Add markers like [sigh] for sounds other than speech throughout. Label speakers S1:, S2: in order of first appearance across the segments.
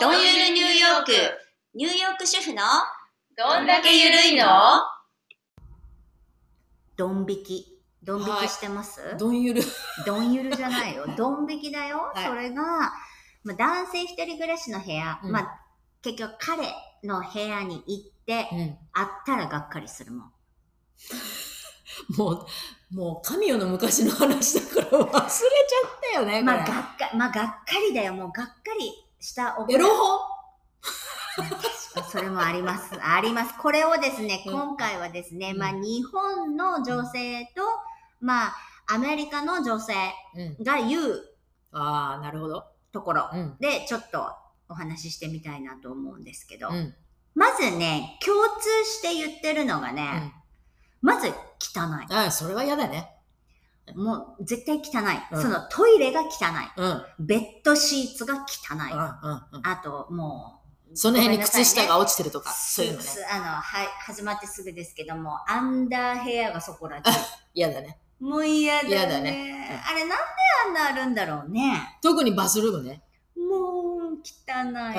S1: どんゆるニューヨーク、ニューヨーク主婦の
S2: どんだけゆるいの
S1: ドン引き。ドン引
S2: はい
S1: きしてます、
S2: どんゆる。
S1: ドンゆるじゃない
S2: [laughs]
S1: よ。ドン引きだよ。
S2: はい
S1: それが、まあ、男性一人暮らしの部屋、
S2: うん
S1: まあ、結局彼の部屋に行って、会ったらがっかりするもん。
S2: もう、もう、神代の昔の話だから忘れちゃったよね、こ
S1: まあ、
S2: れ。
S1: がっか、まあ、がっかりだよ。もう、がっかりした覚え
S2: エロ本
S1: それもあります。あります。これをですね、
S2: うん
S1: 今回はですね、
S2: うん
S1: まあ、日本の女性と、まあ、アメリカの女性
S2: うん。
S1: が言う
S2: ああ、なるほど。
S1: ところ
S2: うん。
S1: で、ちょっとお話ししてみたいなと思うんですけど、
S2: うん。
S1: まずね、共通して言ってるのがね、まず汚い。
S2: ああ、それは嫌だね。
S1: もう絶対汚い。
S2: うん
S1: そのトイレが汚い。
S2: うん。うん。うん。
S1: ベッドシーツが汚い。
S2: うん。
S1: あと、もう。
S2: その辺に靴下が
S1: 多
S2: 落ちてるとか、そういうのね。
S1: あの、はい、始まってすぐですけども、アンダーヘアがそこ
S2: [laughs]
S1: ら中。
S2: 嫌だね。
S1: もう嫌だね。
S2: 嫌だね
S1: あれなんであんなあるんだろうね。
S2: 特にバスルームね。
S1: もう汚いの。
S2: うん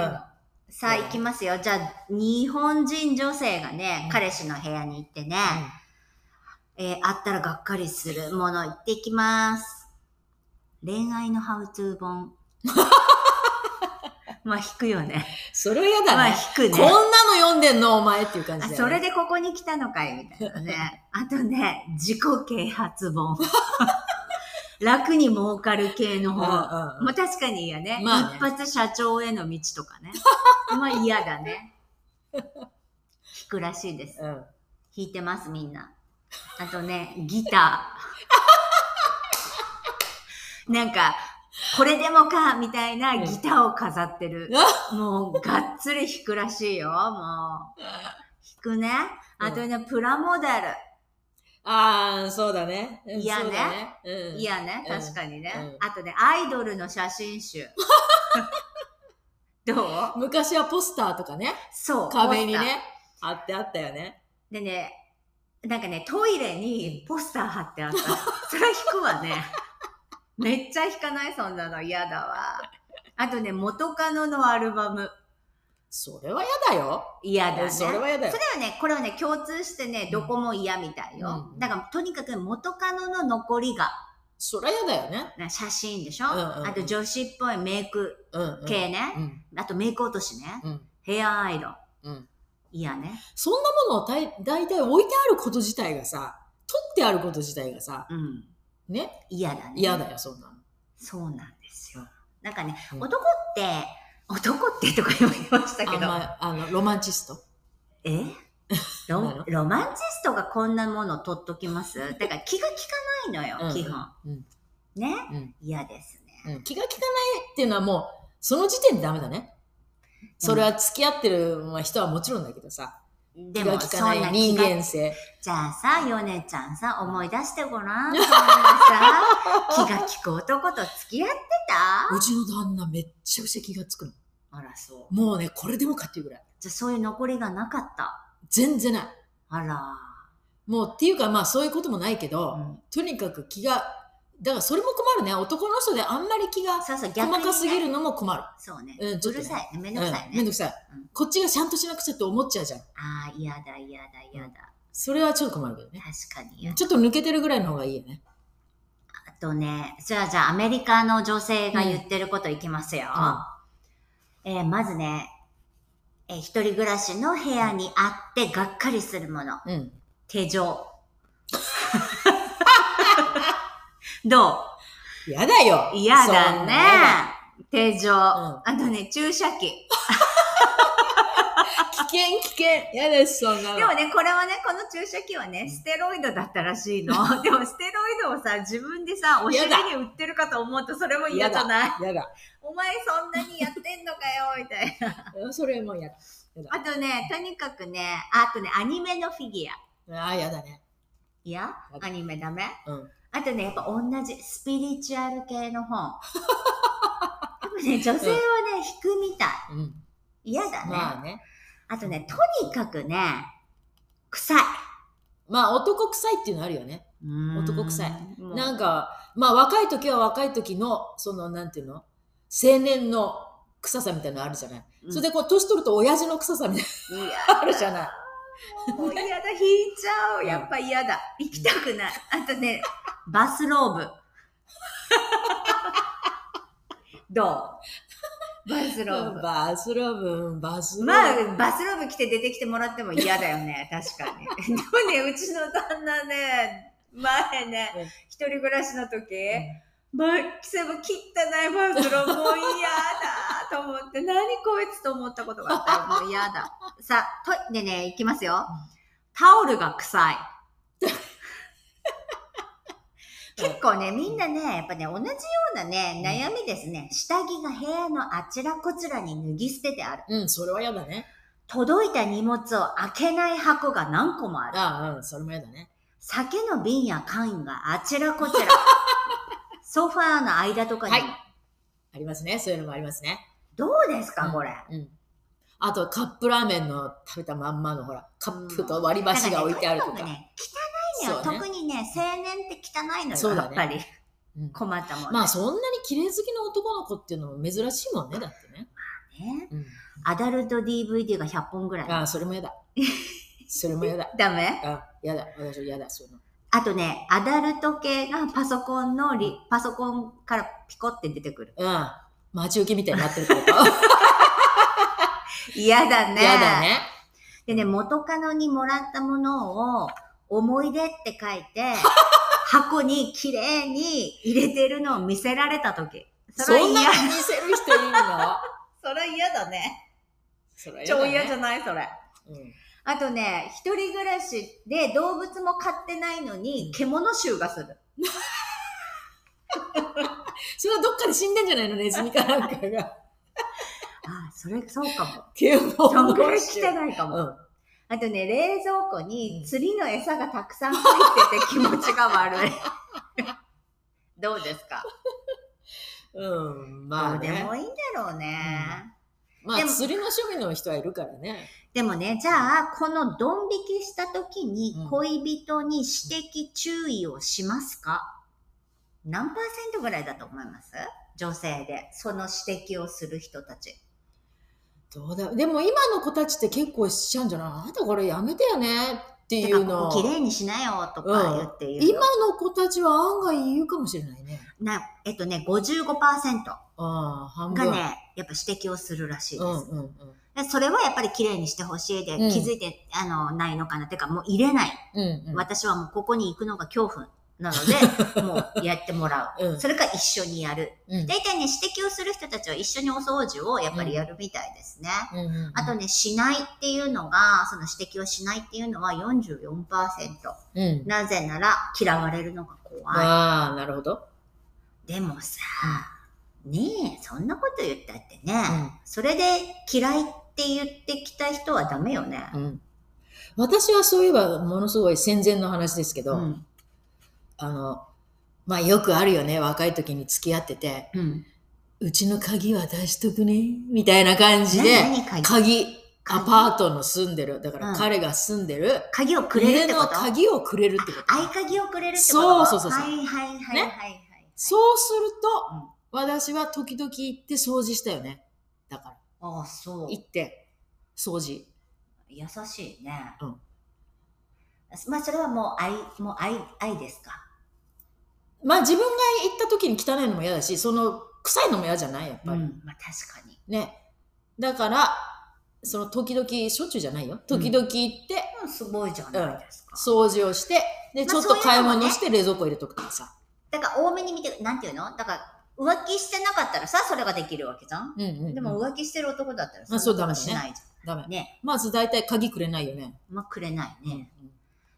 S1: さあ行きますよ。じゃあ、日本人女性がね
S2: う、ん
S1: 彼氏の部屋に行ってね、えー会ったらがっかりするもの行ってきます。恋愛のハウトゥ
S2: [laughs]
S1: ー本。まあ引くよね。
S2: それは嫌
S1: まあ
S2: だ
S1: 引
S2: ね。
S1: く
S2: こん
S1: ね。
S2: なの読んでんのお前っていう感
S1: あ
S2: じだよね。
S1: それでここに来たのかいみたいなね。あとね、自己啓発
S2: [laughs]
S1: 本。楽に儲かる系の
S2: うん、う
S1: 本。
S2: んうん
S1: まあ確かにいいよね。
S2: まあね
S1: 一発社長への道とか
S2: [laughs]
S1: ね。まあ嫌だね。弾くらしいです。
S2: うん。
S1: 弾いてますみんな。あとね、ギタ
S2: [laughs]
S1: ー。なんか、これでもかみたいなギターを飾ってる。もうがっつり弾くらしいよ、もう。弾くね。あとね、プラモデ
S2: ああ、そうだね。うん
S1: 嫌ね
S2: そうだね。うん
S1: ル。いやね、
S2: うん
S1: 確かにね。
S2: うん
S1: あとね、アイドルの写
S2: [laughs]
S1: 真集。どう
S2: 昔はポスターとかね、
S1: そう。
S2: 壁に
S1: ポスター。
S2: ね、あってあったよね。
S1: でね、なんかね、トイレにポスター貼っ
S2: [laughs]
S1: てあった。それは引くわね。めっちゃ引かない、そんなの。嫌だわ。あとね、元カノのアルバム。
S2: それは嫌だよ。
S1: 嫌だね。
S2: そ
S1: それ
S2: れ
S1: は
S2: は嫌だよ。
S1: ね、これはね、共通してね、どこも嫌みたいよ。
S2: うん
S1: だから、とにかく元カノの残りが、
S2: そりゃ嫌だよね。
S1: な写真でしょ、
S2: うんうんうん
S1: あと女子っぽいメイク
S2: うん、うん。
S1: 系ね
S2: う。ん。
S1: あとメイク落としね。
S2: うん。
S1: ヘアアイロン。
S2: うん。
S1: 嫌ね。
S2: そんなものを大大体置いてあること自体がさ、取ってあること自体がさ、
S1: うん。
S2: ね、
S1: 嫌だね。
S2: 嫌だよ、そんなの。
S1: そうなんですよ。なんかね、
S2: うん
S1: 男って、男ってとか言いました
S2: あ
S1: け
S2: ん
S1: ど、
S2: ま、あの、ロマンチスト。
S1: え
S2: な
S1: ロ
S2: の
S1: ロマンチストがこんなもの取っときますだから気が利かないのよ、
S2: うん
S1: 基本。
S2: うん
S1: ね
S2: うん。
S1: 嫌ですね。
S2: うん、気が利かないっていうのはもう、その時点でダメだね。それは付き合ってるまあ人はもちろんだけどさ、
S1: で
S2: 気が利
S1: も、
S2: か
S1: そん
S2: な
S1: ない気
S2: 人
S1: が、
S2: 間性。
S1: じゃあさ、ヨネちゃんさ、思い出してごらん。そんな
S2: [laughs]
S1: さ、気が利く男と付き合ってた
S2: うちの旦那めっちゃくちゃ気がつくの。
S1: あら、そう。
S2: もうね、これでもかっていうぐらい。
S1: じゃあそういう残りがなかった。
S2: 全然ない。
S1: あら。
S2: もうっていうかまあそういうこともないけど、
S1: うん
S2: とにかく気が、だからそれも困るね。男の人であんまり気が
S1: そうそう、逆に、
S2: 細
S1: ね。
S2: かすぎるのも困る。
S1: そうね。
S2: うんち
S1: う
S2: ょっとね
S1: るさいね。め
S2: う
S1: んどくさいね。
S2: んめんどくさい、
S1: うん
S2: こっちがちゃんとしなくちゃって思っちゃうじゃん。
S1: ああ、嫌だ、嫌だ、嫌だ。
S2: それはちょっと困るけどね。
S1: 確かに嫌だ。
S2: ちょっと抜けてるぐらいの方がいいよね。
S1: あとね、じゃあじゃあアメリカの女性が言ってることいきますよ。えーまずね、えー一人暮らしの部屋にあってがっかりするもの。
S2: うん。
S1: 手錠。ど
S2: 嫌だよ。
S1: う嫌だ
S2: そんな嫌だ
S1: ね。手錠。あとね、注射器。
S2: 危険、危険。嫌です、そんなの。
S1: でもね、これはね、この注射器はね、ステロイドだった
S2: [laughs]
S1: らしいの。でも、ステロイドをさ、自分でさ、お尻
S2: やだ
S1: に売ってるかと思うと、それも嫌じゃない
S2: 嫌だ。
S1: お前そんなにやってんのかよ、みたい
S2: [laughs]
S1: な。
S2: うんそれも嫌だ。
S1: あとね、とにかくね、ああとね、アニメのフィギュア。
S2: ああ、嫌だね。
S1: いや
S2: わ、か
S1: アニメダメ
S2: うん。
S1: あ
S2: [laughs]
S1: とね、やっぱ同じスピリチュアル系の本。多分ね、女性はね、が引くみたい。
S2: うん。
S1: 嫌だね、
S2: まあね。
S1: あとね、とにかくね、臭い。
S2: まあ男臭いっていうのあるよね。
S1: うーん
S2: 男臭い。
S1: もう
S2: なんか、まあ若い時は若い時の、その、なんていうの青年の臭さみたいなのあるじゃない。
S1: うん
S2: それでこう、年取ると親父の臭さみたい
S1: いや
S2: なのあるじゃ
S1: [laughs]
S2: ない。
S1: もう嫌だ、引いちゃう。やっぱ嫌だ。行きたくない。あとね、バスローブ。どうバスローブ。
S2: バスローブ、バスローブ。
S1: まあ、バスローブ着て出てきてもらっても嫌だよ
S2: [laughs]
S1: ね。確かに。でもね、うちの旦那ね、前ね
S2: うん、
S1: 一人暮らしの時、
S2: うん
S1: ば、着せば汚いバスローブもう嫌だと思
S2: [laughs]
S1: って、何こいつと思ったことがあったよ。もう嫌だ。さあ、トイレね、行きますよ。タオルが
S2: [laughs]
S1: 臭い。結構ね、みんなね、やっぱね、同じようなね、悩みですね。下着が部屋のあちらこちらに脱ぎ捨ててある。
S2: うん、それは嫌だね。
S1: 届いた荷物を開けない箱が何個もある。
S2: ああ、うん、それも嫌だね。
S1: 酒の瓶や缶があちらこ
S2: [laughs]
S1: ちら。ソファーの間とかに。
S2: はいありますね。そういうのもありますね。
S1: どうですか、
S2: うん
S1: これ。
S2: うん。あと、カップラーメンの食べたまんまの、ほら、カップと割り
S1: だから
S2: 箸が置いてあると
S1: ね、と
S2: か。
S1: にくね汚いのよ。
S2: そうね
S1: 特にね、青年って汚いの
S2: そ
S1: よ、
S2: う
S1: や
S2: だ
S1: っ
S2: ね
S1: ぱり。
S2: うん
S1: 困ったもんね。
S2: まあ、そんなに綺麗好きの男の子っていうのも珍しいもんね、だってね。
S1: ね
S2: うん。
S1: アダルト DVD が100本ぐらい。
S2: ああ、それも嫌
S1: [laughs]
S2: だ。それも嫌だ。
S1: ダメ
S2: あ、嫌だ。私は嫌だ、そういうの。
S1: あとね、アダルト系がパソコンのリ、パソコンからピコって出てくる。
S2: うん。待ち受けみたいになってるってこと
S1: [laughs]
S2: か。
S1: 嫌だね。
S2: 嫌だね。
S1: でね、元カノにもらったものを、思い出って書いて、 [laughs] 箱に綺麗に入れてるのを見せられたとき。
S2: そんなに見せる人いるの
S1: それは嫌だね。
S2: それは
S1: 超嫌じ
S2: ゃ
S1: ゃないそれ。
S2: ん。
S1: あとね、一人暮らしで動物も飼ってないのに、獣臭がする。
S2: それはどっかで死んでんじゃないのネズミかなんかが。
S1: あ、それ、そうか [laughs] も。
S2: ケ
S1: そんぐらい来てないか
S2: う
S1: も。
S2: ん。
S1: あとね、冷蔵庫
S2: う
S1: に
S2: ん
S1: 釣りの餌がたくさん入ってて気持ちが [laughs] 悪い。どうですか
S2: うん、ま
S1: ど
S2: あ
S1: うで
S2: ね
S1: も。いいんだろうね。
S2: うんまあ、
S1: でも
S2: 釣りの趣味の人はいるからね。
S1: でもね、じゃあ、このドン引きした時に
S2: うん
S1: 恋人に指摘注意をしますか、何パーセントぐらいだと思います女性で。その指摘をする人たち。
S2: どうだ、でも今の子たちって結構しちゃうんじゃないあなたこれやめてよねってい
S1: てか、
S2: う
S1: こ
S2: の。
S1: こ綺麗にしなよとか言って言う
S2: 今
S1: よ、
S2: の子たちは案外言うかもしれないね。
S1: な、えっとね、55%
S2: ああ、半
S1: が
S2: 分。
S1: ね、やっぱ指摘をするらしいで
S2: うん
S1: す。
S2: うんうん。
S1: でそれはやっぱり綺麗にしてほしいで、
S2: うん
S1: 気づいて、あの、ないのかな。てか、もう入れない。
S2: うんうん。
S1: 私はもうここに行くのが恐怖なの
S2: [laughs]
S1: で、もうやってもら
S2: う
S1: う。
S2: ん
S1: それか一緒にやる。
S2: うん
S1: 大体ね、指摘をする人たちは一緒にお掃除をやっぱりやるみたいですね。
S2: うんうんうん
S1: あとね、しないっていうのが、その指摘をしないっていうのは44%。
S2: うん。
S1: なぜなら嫌われるのが怖い。
S2: ああ、なるほど。
S1: でもさ、ねえ、そんなこと言ったってね、
S2: うん
S1: それで嫌いって言ってきた人はダメよね。
S2: うん私はそういえばものすごい戦前の話ですけど、
S1: うん。
S2: あの、まあよくあるよね、若い時に付き合ってて、
S1: うん。
S2: うちの鍵は出しとくね、みたいな感じで、
S1: 何鍵
S2: 鍵、
S1: 鍵
S2: アパートの住んでる、だか
S1: う
S2: ら
S1: ん
S2: 彼が住んでる、
S1: 鍵をくれるっ
S2: 家
S1: てこ
S2: の
S1: と
S2: 鍵をくれるってこと。
S1: 合鍵をくれるってこと
S2: そうそうそうそう
S1: はいはいはいはい、はい
S2: ねそうすると、
S1: うん
S2: 私は時々行って掃除したよね。だから、
S1: ああ、そう。
S2: 行って、掃除。
S1: 優しいね。
S2: うん
S1: まあ、それはもう愛、もう愛、愛ですか。
S2: まあ自分が行った時に汚いのも嫌だし、その臭いのも嫌じゃないやっぱり。
S1: まあ、確かに。
S2: ね。だから、その時々、しょっちゅうじゃないよ。時々行って、
S1: うん、すごいじゃないですか。
S2: 掃除をして、で、
S1: まあ
S2: ちょっと買い物して冷蔵庫入れとくとかさ。
S1: だから、多めに見て、なんていうのだから、浮気してなかったらさ、それができるわけじゃん。
S2: うんうん、うん。
S1: でも、浮気してる男だったら
S2: まあそう
S1: だ
S2: ダメだね
S1: しないじ
S2: ダメ
S1: ゃん。。ね。
S2: まず大体鍵くれないよね。
S1: まあ、くれないね。
S2: うん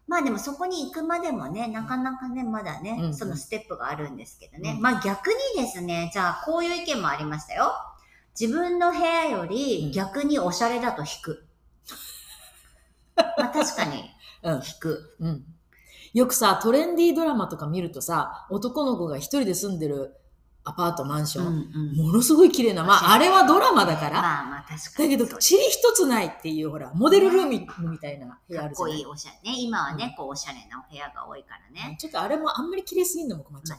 S1: まあでもそこに行くまでもね、なかなかね、まだね、
S2: うん
S1: そのステップがあるんですけどね。
S2: うん
S1: まあ逆にですね、じゃあこういう意見もありましたよ。自分の部屋より逆におしゃれだと引
S2: [laughs]
S1: く。まあ確かに
S2: うん
S1: 引く。
S2: うん。よくさ、トレンディードラマとか見るとさ、男の子が一人で住んでるアパート、マンシ
S1: う
S2: ョ
S1: んう
S2: ン、
S1: ん。
S2: ものすごい綺麗な、まあ、あれはドラマだから、
S1: まあまあ確か
S2: だ
S1: に。
S2: けど、
S1: そう
S2: 塵一つないっていう、ほら、モデルルームみたいな部屋あ
S1: かっ
S2: るじゃ
S1: こ
S2: ない
S1: いいおしゃれね。今はね、こうおしゃれなお部屋が多いからね。
S2: ちょっとあれもあんまり綺麗すぎんのも困っち
S1: ま
S2: ゃ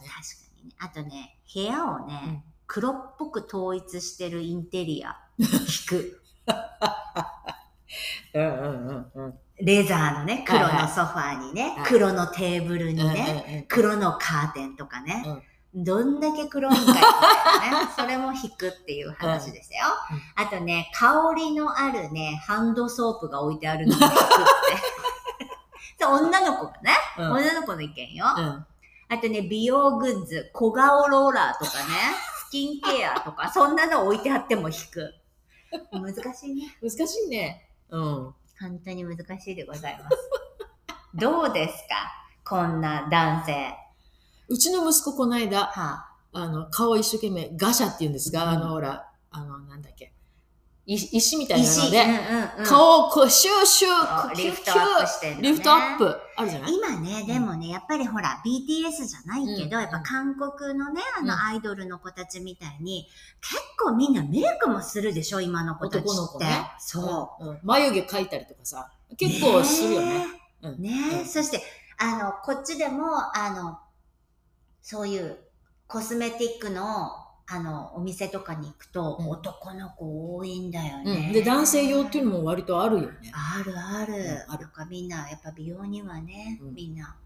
S2: う
S1: あ
S2: ね。
S1: 確かにね。あとね、部屋をね、
S2: うん
S1: 黒っぽく統一してるインテリア、引く。
S2: うんうんうんうん。
S1: レザーのね、黒
S2: はいは
S1: の
S2: い
S1: ソファーにね、
S2: はい
S1: 黒のテーブルにね、
S2: うんうん
S1: 黒のカーテンとかね、どんだけ黒いんかいみたいな [laughs] ね、それも引くっていう話ですよ。あとね、香りのあるね、ハンドソープが置いてあるのも引
S2: [laughs]
S1: くって。そう女の子がね、
S2: うんうん
S1: 女の子の意見よ。
S2: うん
S1: あとね、美容グッズ、小顔ローラーとかね、スキンケアとか、そんなの置いてあっても引く。難しいね。
S2: 難しいね。うん。
S1: 本当に難しいでございます。 [laughs] どうですかこんな男性。は
S2: うちの息子この間、
S1: あ、
S2: あの、顔一生懸命ガシャって言うんですが、あの、ほら、あの、なんだっけ。い石みたいなの
S1: 石、
S2: で、
S1: うんうんうん、
S2: 顔をこう、シューシュー、
S1: そう
S2: こう
S1: リフトアップしてるの、ね。
S2: リフトアップあるじゃない
S1: 今ね、でもね、やっぱりほら、BTS じゃないけど、
S2: うん
S1: やっぱ韓国のね、あ
S2: うん
S1: のアイドルの子たちみたいに、結構みんなメイクもするでしょ、今の子たちって。
S2: 男の子ね
S1: そう。
S2: うん。眉毛描いたりとかさ、結構するよね。うん
S1: ねえ、
S2: うん
S1: そして、あの、こっちでも、あの、そういうコスメティックの、あの、お店とかに行くと、
S2: うん
S1: 男の子多いんだよ
S2: う
S1: ね。
S2: ん。で、男性用っていうのも割とあるよね。
S1: あるある。
S2: んある
S1: なんかみんな、やっぱ美容にはね、
S2: うん
S1: みんな。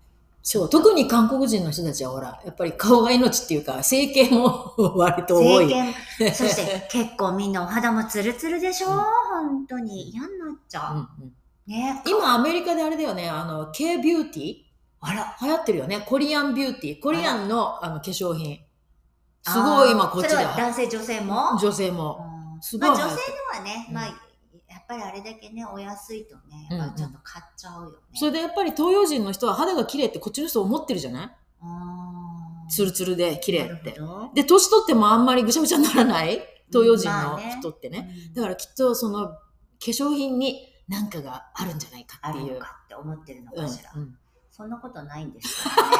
S2: そう、特に韓国人の人たちはほら、やっぱり顔が命っていうか、整形も [laughs] 割と多
S1: 整
S2: い。
S1: 形、
S2: [laughs]
S1: そして結構みんなお肌もツルツルでしょ、
S2: うん
S1: 本当に。嫌になっちゃ
S2: う
S1: う。
S2: んうん
S1: ね
S2: 今アメリカであれだよね、あの、K ビューティー
S1: あら。
S2: 流行ってるよね。コリアンビューティー。コリアンのあの化粧品。すごい今こっちで
S1: それは
S2: は。
S1: 男性女性も
S2: 女性も。
S1: うん
S2: すご
S1: まあ
S2: い流行
S1: 女
S2: って
S1: 性
S2: る。
S1: のはね、
S2: うん
S1: まあ、やっぱりあれだけね、お安いとね、やっぱちょっと買っちゃうよね。
S2: それでやっぱり東洋人の人は肌が綺麗ってこっちの人思ってるじゃない
S1: あー
S2: ツルツルで綺麗っ
S1: な
S2: て
S1: る。ほど
S2: で、年取ってもあんまりぐちゃぐちゃにならない東洋人の人ってね。
S1: うん
S2: だからきっとその化粧品に何かがあるんじゃないか
S1: あ
S2: って
S1: る
S2: い
S1: の
S2: う。
S1: かって思ってるの
S2: うん
S1: かしら。
S2: うん
S1: そんなことないんですよね。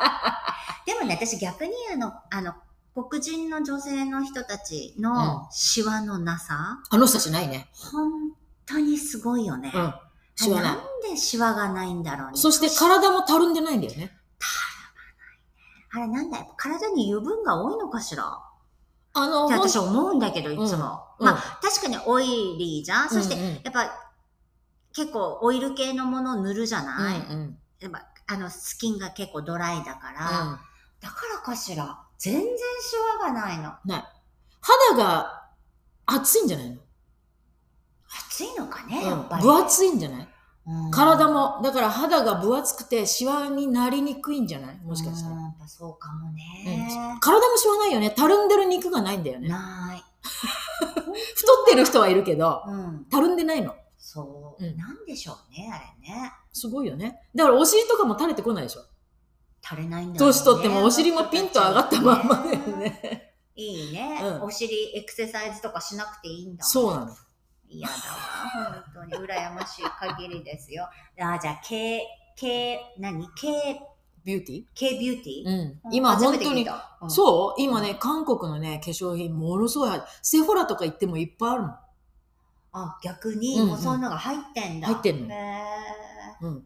S2: [laughs]
S1: でもね、私逆にあの、あの、黒人の女性の人たちのシワのなさ、
S2: あの人たちないね。
S1: 本当にすごいよね。
S2: うん。しわ
S1: な
S2: ない。
S1: んでシワがないんだろうね。
S2: そして体もたるんでないんだよね。
S1: あれなんだよ。体に油分が多いのかしら
S2: あの、
S1: って
S2: ほん
S1: 私思うんだけど、いつも。
S2: うん
S1: まあ、確かにオイリーじゃん。そして、
S2: う
S1: や
S2: んうん
S1: っぱ、結構オイル系のものを塗るじゃない、
S2: うんうん
S1: やっぱあの、スキンが結構ドライだから、
S2: うん
S1: だからかしら、全然シワがないの。
S2: ない。肌が熱いんじゃないの、
S1: 熱いのかね、やっぱ
S2: うん、
S1: り。
S2: 分厚いんじゃない
S1: うん
S2: 体も。だから肌が分厚くてシワになりにくいんじゃないもしかした
S1: う
S2: ら。
S1: んやっぱそうかもね。
S2: 体もシワないよね。たるんでる肉がないんだよね。
S1: ない。
S2: 太ってる人はいるけど、
S1: うん。
S2: たるんでないの。
S1: そう、
S2: うん
S1: なんでしょうね、あれね。
S2: すごいよね。だからお尻とかも垂れてこないでしょ。
S1: 垂れないんだろうね
S2: 年取ってもお尻もピンと上がったまんまだよ。ね。
S1: いいね、
S2: うん
S1: お尻エクササイズとかしなくていいんだもん
S2: そうなの。
S1: 嫌だわ。本当に羨ましい限りですよ。あーじゃあ、K、K、何 ?K、
S2: ビューティ
S1: K ビューティー、
S2: ーうん。今
S1: 初
S2: 本
S1: めて
S2: 当
S1: 聞い
S2: に。
S1: たうん
S2: そう今ね、韓国のね、化粧品ものすごい入って、セフォラとか行ってもいっぱいあるの。
S1: あ、逆に、
S2: うんうん
S1: もうそういうのが入ってんだ。
S2: 入ってんの
S1: へ
S2: うん。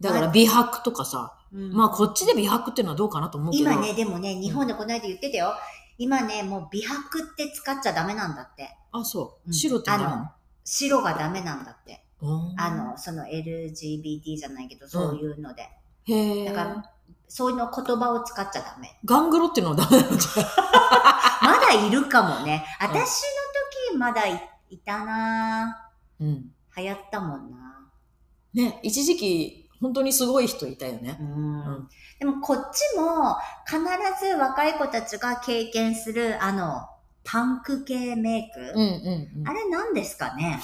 S2: だから美白とかさ、
S1: ーうん
S2: まあこっちで美白っていうのはどうかなと思うけど。
S1: 今ね、でもね、日本でこの間言ってたよ。今ね、もう美白って使っちゃダメなんだって。
S2: あ、そうう。
S1: ん
S2: 白って
S1: あ白がダメなんだって。
S2: の
S1: あ、の、その LGBT じゃないけど、そういうので。
S2: へえ。
S1: だからそういうの言葉を使っちゃダメ。
S2: ガングロっていうのはダメなんじゃない
S1: まだいるかもね。私の時まだいいたな
S2: [laughs] うん。
S1: ぁ流行ったもんな
S2: ね、一時期、本当にすごい人いたよね
S1: う。ん
S2: うん
S1: でもこっちも必ず若い子たちが経験するあの、パンク系メイク。
S2: うんうん、うん。
S1: あ
S2: あれ
S1: れ何ですかね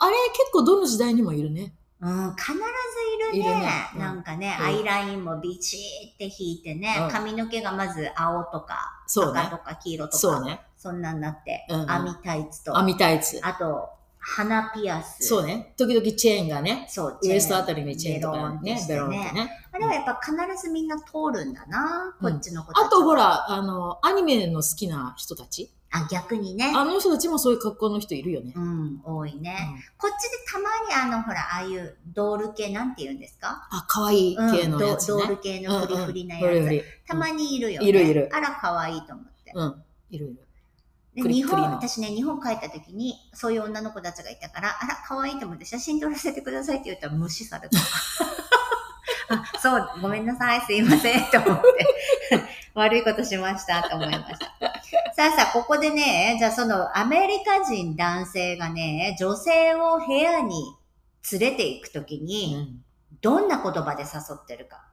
S2: 結構どの時代にもいるね。
S1: うん、必ずいるね。
S2: いるねうん
S1: なんかね、
S2: うん
S1: アイラインもビチーって引いてね、
S2: うん
S1: 髪の毛がまず青とか、
S2: そう
S1: 赤
S2: ね
S1: と。か黄色とか、
S2: そうね。
S1: そんなんなって、
S2: うんうん
S1: 網タイツと、
S2: 網タイツ。
S1: あと、鼻ピアス。
S2: そう
S1: ね。
S2: ね。時々チェーンがね、
S1: そう、
S2: ウエストあ
S1: チェーン
S2: たりにチェーンとかね、ベ
S1: ベ
S2: ロ
S1: ロ
S2: ン
S1: ン
S2: っ
S1: っててね
S2: ね。
S1: あれはやっぱ必ずみんな通るんだな、
S2: うん
S1: こっちの子たち。
S2: あとほら、あの、アニメの好きな人たち。
S1: あ、逆にね。
S2: あの人たちもそういう格好の人いるよね
S1: う。ん、多いね。こっちでたまにあの、ほら、ああいうドール系なんて言うんですか
S2: あ、可愛い
S1: うん、
S2: 系の
S1: ド
S2: やつ
S1: ドー
S2: ね
S1: ル。系のフリフリなやつ。
S2: うんうんフリフリ
S1: たまにいるよ、ね。
S2: いるいる
S1: あら、可愛いと思って。
S2: うん。いるいる。
S1: で
S2: クリッ
S1: 日
S2: クリ
S1: 本
S2: の
S1: 私ね、日本帰った時に、そういう女の子たちがいたから、あら、可愛いと思って写真撮らせてくださいって言ったら無視
S2: [laughs]
S1: された。あ、そう、ごめんなさい、すいません、と思って。 [laughs] 悪いことしました、と思いました。さあさあ、ここでね、じゃあそのアメリカ人男性がね、女性を部屋に連れて行くとき
S2: う
S1: に、
S2: ん
S1: どんな言葉で誘ってるか。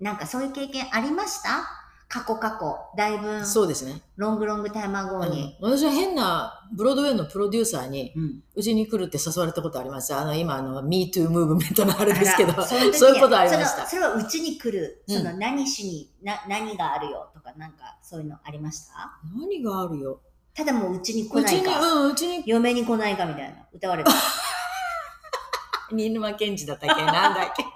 S1: なんかそういう経験ありました過去過去。だいぶ
S2: そうですね。
S1: ロングロングタイマー
S2: う
S1: 号
S2: ん
S1: に。
S2: 私は変なブロードウェイのプロデューサーに、
S1: うん。
S2: うちに来るって誘われたことあります。あの、今、あの、MeToo ムーブメントのあれですけど、
S1: あら
S2: そう
S1: の時
S2: いうことありまし
S1: その
S2: た。
S1: それはうちに来る、
S2: うん
S1: その何しに、な何があるよとか、なんかそういうのありました
S2: 何があるよ。
S1: ただもううちに来
S2: う
S1: な
S2: ち
S1: い
S2: に、
S1: か、
S2: うん、うちに、
S1: 嫁に来ないかみたいな、歌われた。懐か
S2: 新沼健治だったっけなんだっけ [laughs]
S1: しい。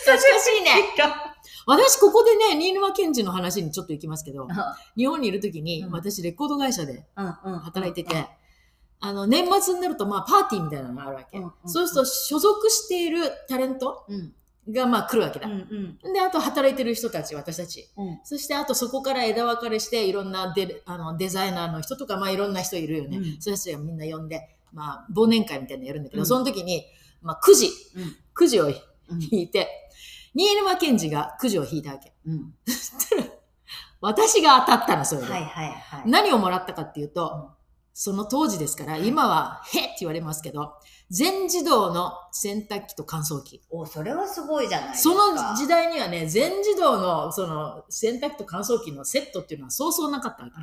S2: 懐かしいね。
S1: [laughs] あ
S2: 私、ここでね、新沼健治の話にちょっと行きますけど、日本にいるときに、
S1: うん
S2: 私、レコード会社で
S1: うんうん。
S2: 働いてて、あの、年末になると、まあ、パーティーみたいなのがあるわけ。
S1: うんうんうん
S2: そうすると、所属しているタレント
S1: うん。
S2: が、まあ、来るわけ
S1: う
S2: だ。
S1: んうん。
S2: で、あと、働いてる人たち、私たち。
S1: うん。
S2: そして、あと、そこから枝分かれして、いろんなデレあのデザイナーの人とか、まあ、いろんな人いるよね。
S1: うん
S2: その人たちがみんな呼んで、まあ、忘年会みたいなのやるんだけど、
S1: うん
S2: その時に、まあ、くじ、
S1: うん
S2: くじを引
S1: うん
S2: いて、新沼健治がくじを引いたわけ。
S1: うん。
S2: 私が当たったの、それで。
S1: はいはいはい。
S2: 何をもらったかっていうと、
S1: うん
S2: その当時ですから、今は、へっって言われますけど、全自動の洗濯機と乾燥機。
S1: お、それはすごいじゃないです
S2: そ
S1: か。
S2: の時代にはね、全自動の、その、洗濯機と乾燥機のセットっていうのはそうそうなかったわけ。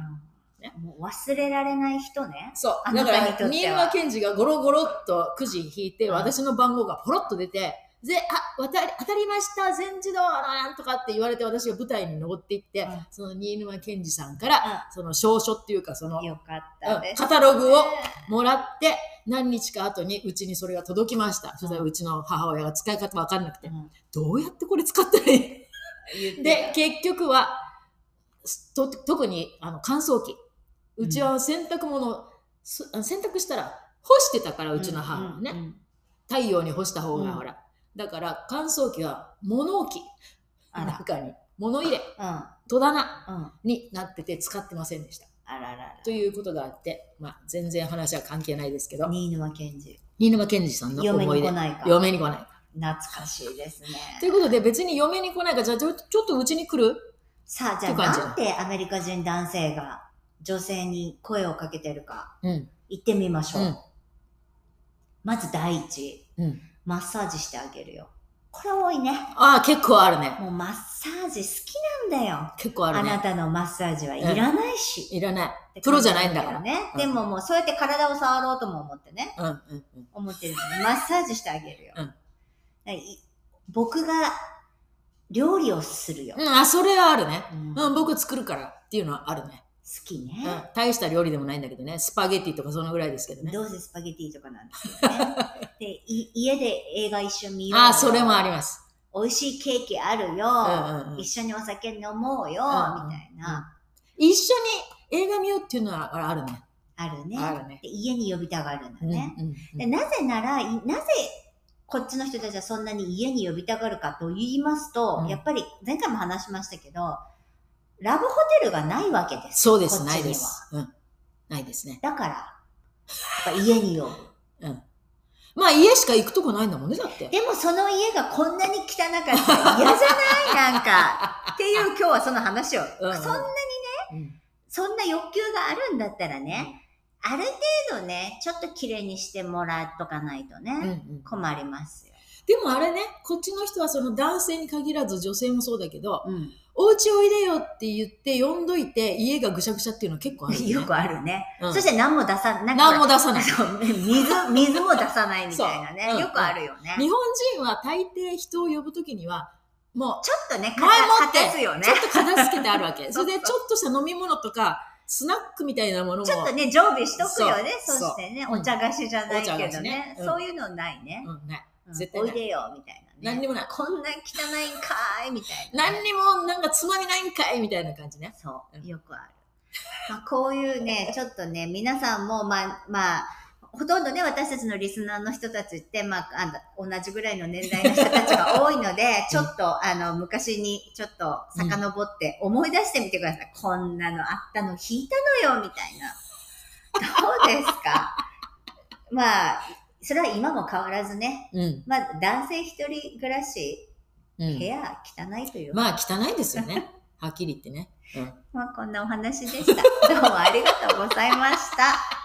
S2: ね
S1: うんもう忘れられない人ね。
S2: そう。
S1: あ
S2: だ
S1: な
S2: か
S1: たにとって
S2: ら、
S1: は
S2: 新沼健治がゴロゴロっとくじ引いて、
S1: うん
S2: 私の番号がポロッと出て、で、あ、わたり当たりました、全自動のなんとかって言われて、私が舞台に登っていって、
S1: うん
S2: その新沼健治さんから、その証書っていうか、その、
S1: よかったです、
S2: うんカタログをもらって、何日か後にうちにそれが届きました。そしたらうちの母親が使い方わかんなく
S1: う
S2: て、
S1: ん
S2: どうやってこれ使ったらい
S1: [laughs]
S2: い
S1: 言ってた
S2: で、結局は、と特にあの乾燥機。うちは洗濯物、す洗濯したら干してたから、うちの母はね。
S1: うんうん
S2: 太陽に干した方
S1: う
S2: が
S1: ん
S2: ほら。だから乾燥機は物置。
S1: あら
S2: 中に。物入れ、
S1: う
S2: 戸棚
S1: ん。うん。
S2: になってて使ってませんでした。
S1: あららら。
S2: ということがあって、まあ全然話は関係ないですけど。
S1: 新沼健治。
S2: 新沼健治さんの
S1: 嫁
S2: 思い
S1: に
S2: 出。
S1: 来ないか。
S2: 嫁に来ない。
S1: 懐かしいですね。
S2: ということで、別に嫁に来ないから、じゃあちょちょっとうちに来る
S1: さあ、じゃ
S2: っ
S1: あ
S2: て感じ
S1: なんでアメリカ人男性が女性に声をかけてるか、
S2: うん。
S1: 行ってみましょう。
S2: うん
S1: まず第一、
S2: うん。
S1: マッサージしてあげるよ。これ多いね。
S2: ああ、結構あるね。
S1: もうマッサージ好きなんだよ。
S2: 結構あ
S1: あ
S2: る
S1: な
S2: ね。
S1: たのマッサージはいらないし。
S2: いらない。プロじゃないんだから
S1: ね
S2: う。ん
S1: でももうそうやって体を触ろうとも思ってね。
S2: うんうんうん。
S1: 思ってるのにマッサージしてあげるよ。
S2: うん
S1: はい僕が料理をするよ。
S2: うん、あ、それはあるね。
S1: うん
S2: うん、僕作るからっていうのはあるね。
S1: 好きね。
S2: うん。大した料理でもないんだけどね。スパゲティとかそのぐらいですけどね。
S1: どうせスパゲティとかなんですけどね。
S2: [laughs]
S1: で、い家で映画一緒に見ようよ。
S2: ああ、それもあります。
S1: 美味しいケーキある
S2: うんう
S1: よ。
S2: んうん。
S1: 一緒にお酒飲もうよ、
S2: うん
S1: みたいな。
S2: 一緒に映画見ようっていうのはあるね。
S1: あるね
S2: あるね
S1: で。家に呼びたがるんだ
S2: うん
S1: ね。
S2: うんう
S1: で
S2: ん。
S1: なぜなら、いなぜこっちの人たちはそんなに家に呼びたがるかと言いますと、
S2: うん
S1: やっぱり前回も話しましたけど、ラブホテルがないわけです。
S2: そうです、
S1: こっち
S2: な
S1: にはい
S2: です。うん。ないですね。
S1: だから、やっぱ家に呼ぶ。
S2: まあ家しか行くとこないんだもんね、だって。
S1: でもその家がこんなに汚かったら嫌じゃないな
S2: [laughs]
S1: んか。っていう今日はその話を。
S2: うんうん
S1: そんな、
S2: うん
S1: そんな欲求があるんだったらね、ある程度ね、ちょっと綺麗にしてもらっとかないとね、
S2: うんうん
S1: 困りますよ。
S2: でもあれね、こっちの人はその男性に限らず女性もそうだけど、
S1: うん。
S2: お家おいでよって言って呼んどいて家がぐしゃぐしゃっていうの結構ある、ね。
S1: [laughs] よくあるね。
S2: うん
S1: そして何も出さ、なん
S2: 何
S1: か
S2: も出さない。日
S1: そう水、
S2: [laughs]
S1: 水も出さないみたいな
S2: そうう
S1: ね。
S2: ん
S1: よくあるよね。
S2: 本人は大抵人を呼ぶときには、も
S1: ちょっとね、
S2: 前もって
S1: すよ
S2: う、
S1: ね
S2: ちょ。っと片付けてあるわけ。それで、ちょ
S1: [laughs] そ
S2: っとした飲み物とか、スナックみたいなものも。
S1: ちょっとね、常備しとくよね。そ
S2: そう
S1: してね、
S2: そう
S1: お茶菓子じゃない
S2: お
S1: け
S2: 茶菓
S1: ど
S2: 子
S1: ね
S2: ね。うん
S1: そういうのないね。
S2: うん、ね。
S1: うん
S2: 絶対
S1: お
S2: ない
S1: いでよ、みたいなね。
S2: 何にもない
S1: こんな汚いんかーい、みたいな。
S2: 何にもなんかつまみないんかいみたいな感じね。
S1: そう、よくある。まあ、こういう
S2: [laughs]
S1: ね、ちょっとね、皆さんも、まあ、まあ、ほとんどね、私たちのリスナーの人たちって、まあ、あの同じぐらいの年代の人たちが多
S2: [laughs]
S1: いので、ちょっと、あの、昔にちょっと遡って思い出してみてください。こんなのあったの、引いたのよ、みたいな。どうです
S2: [laughs]
S1: かまあ、それは今も変わらずね、
S2: うん。
S1: まあ、男性一人暮らし、
S2: う
S1: 部
S2: ん。
S1: 屋汚いというか
S2: まあ、汚いですよね。はっきり言ってね。うん
S1: まあ、こんなお話でした。どうもありがとうございました。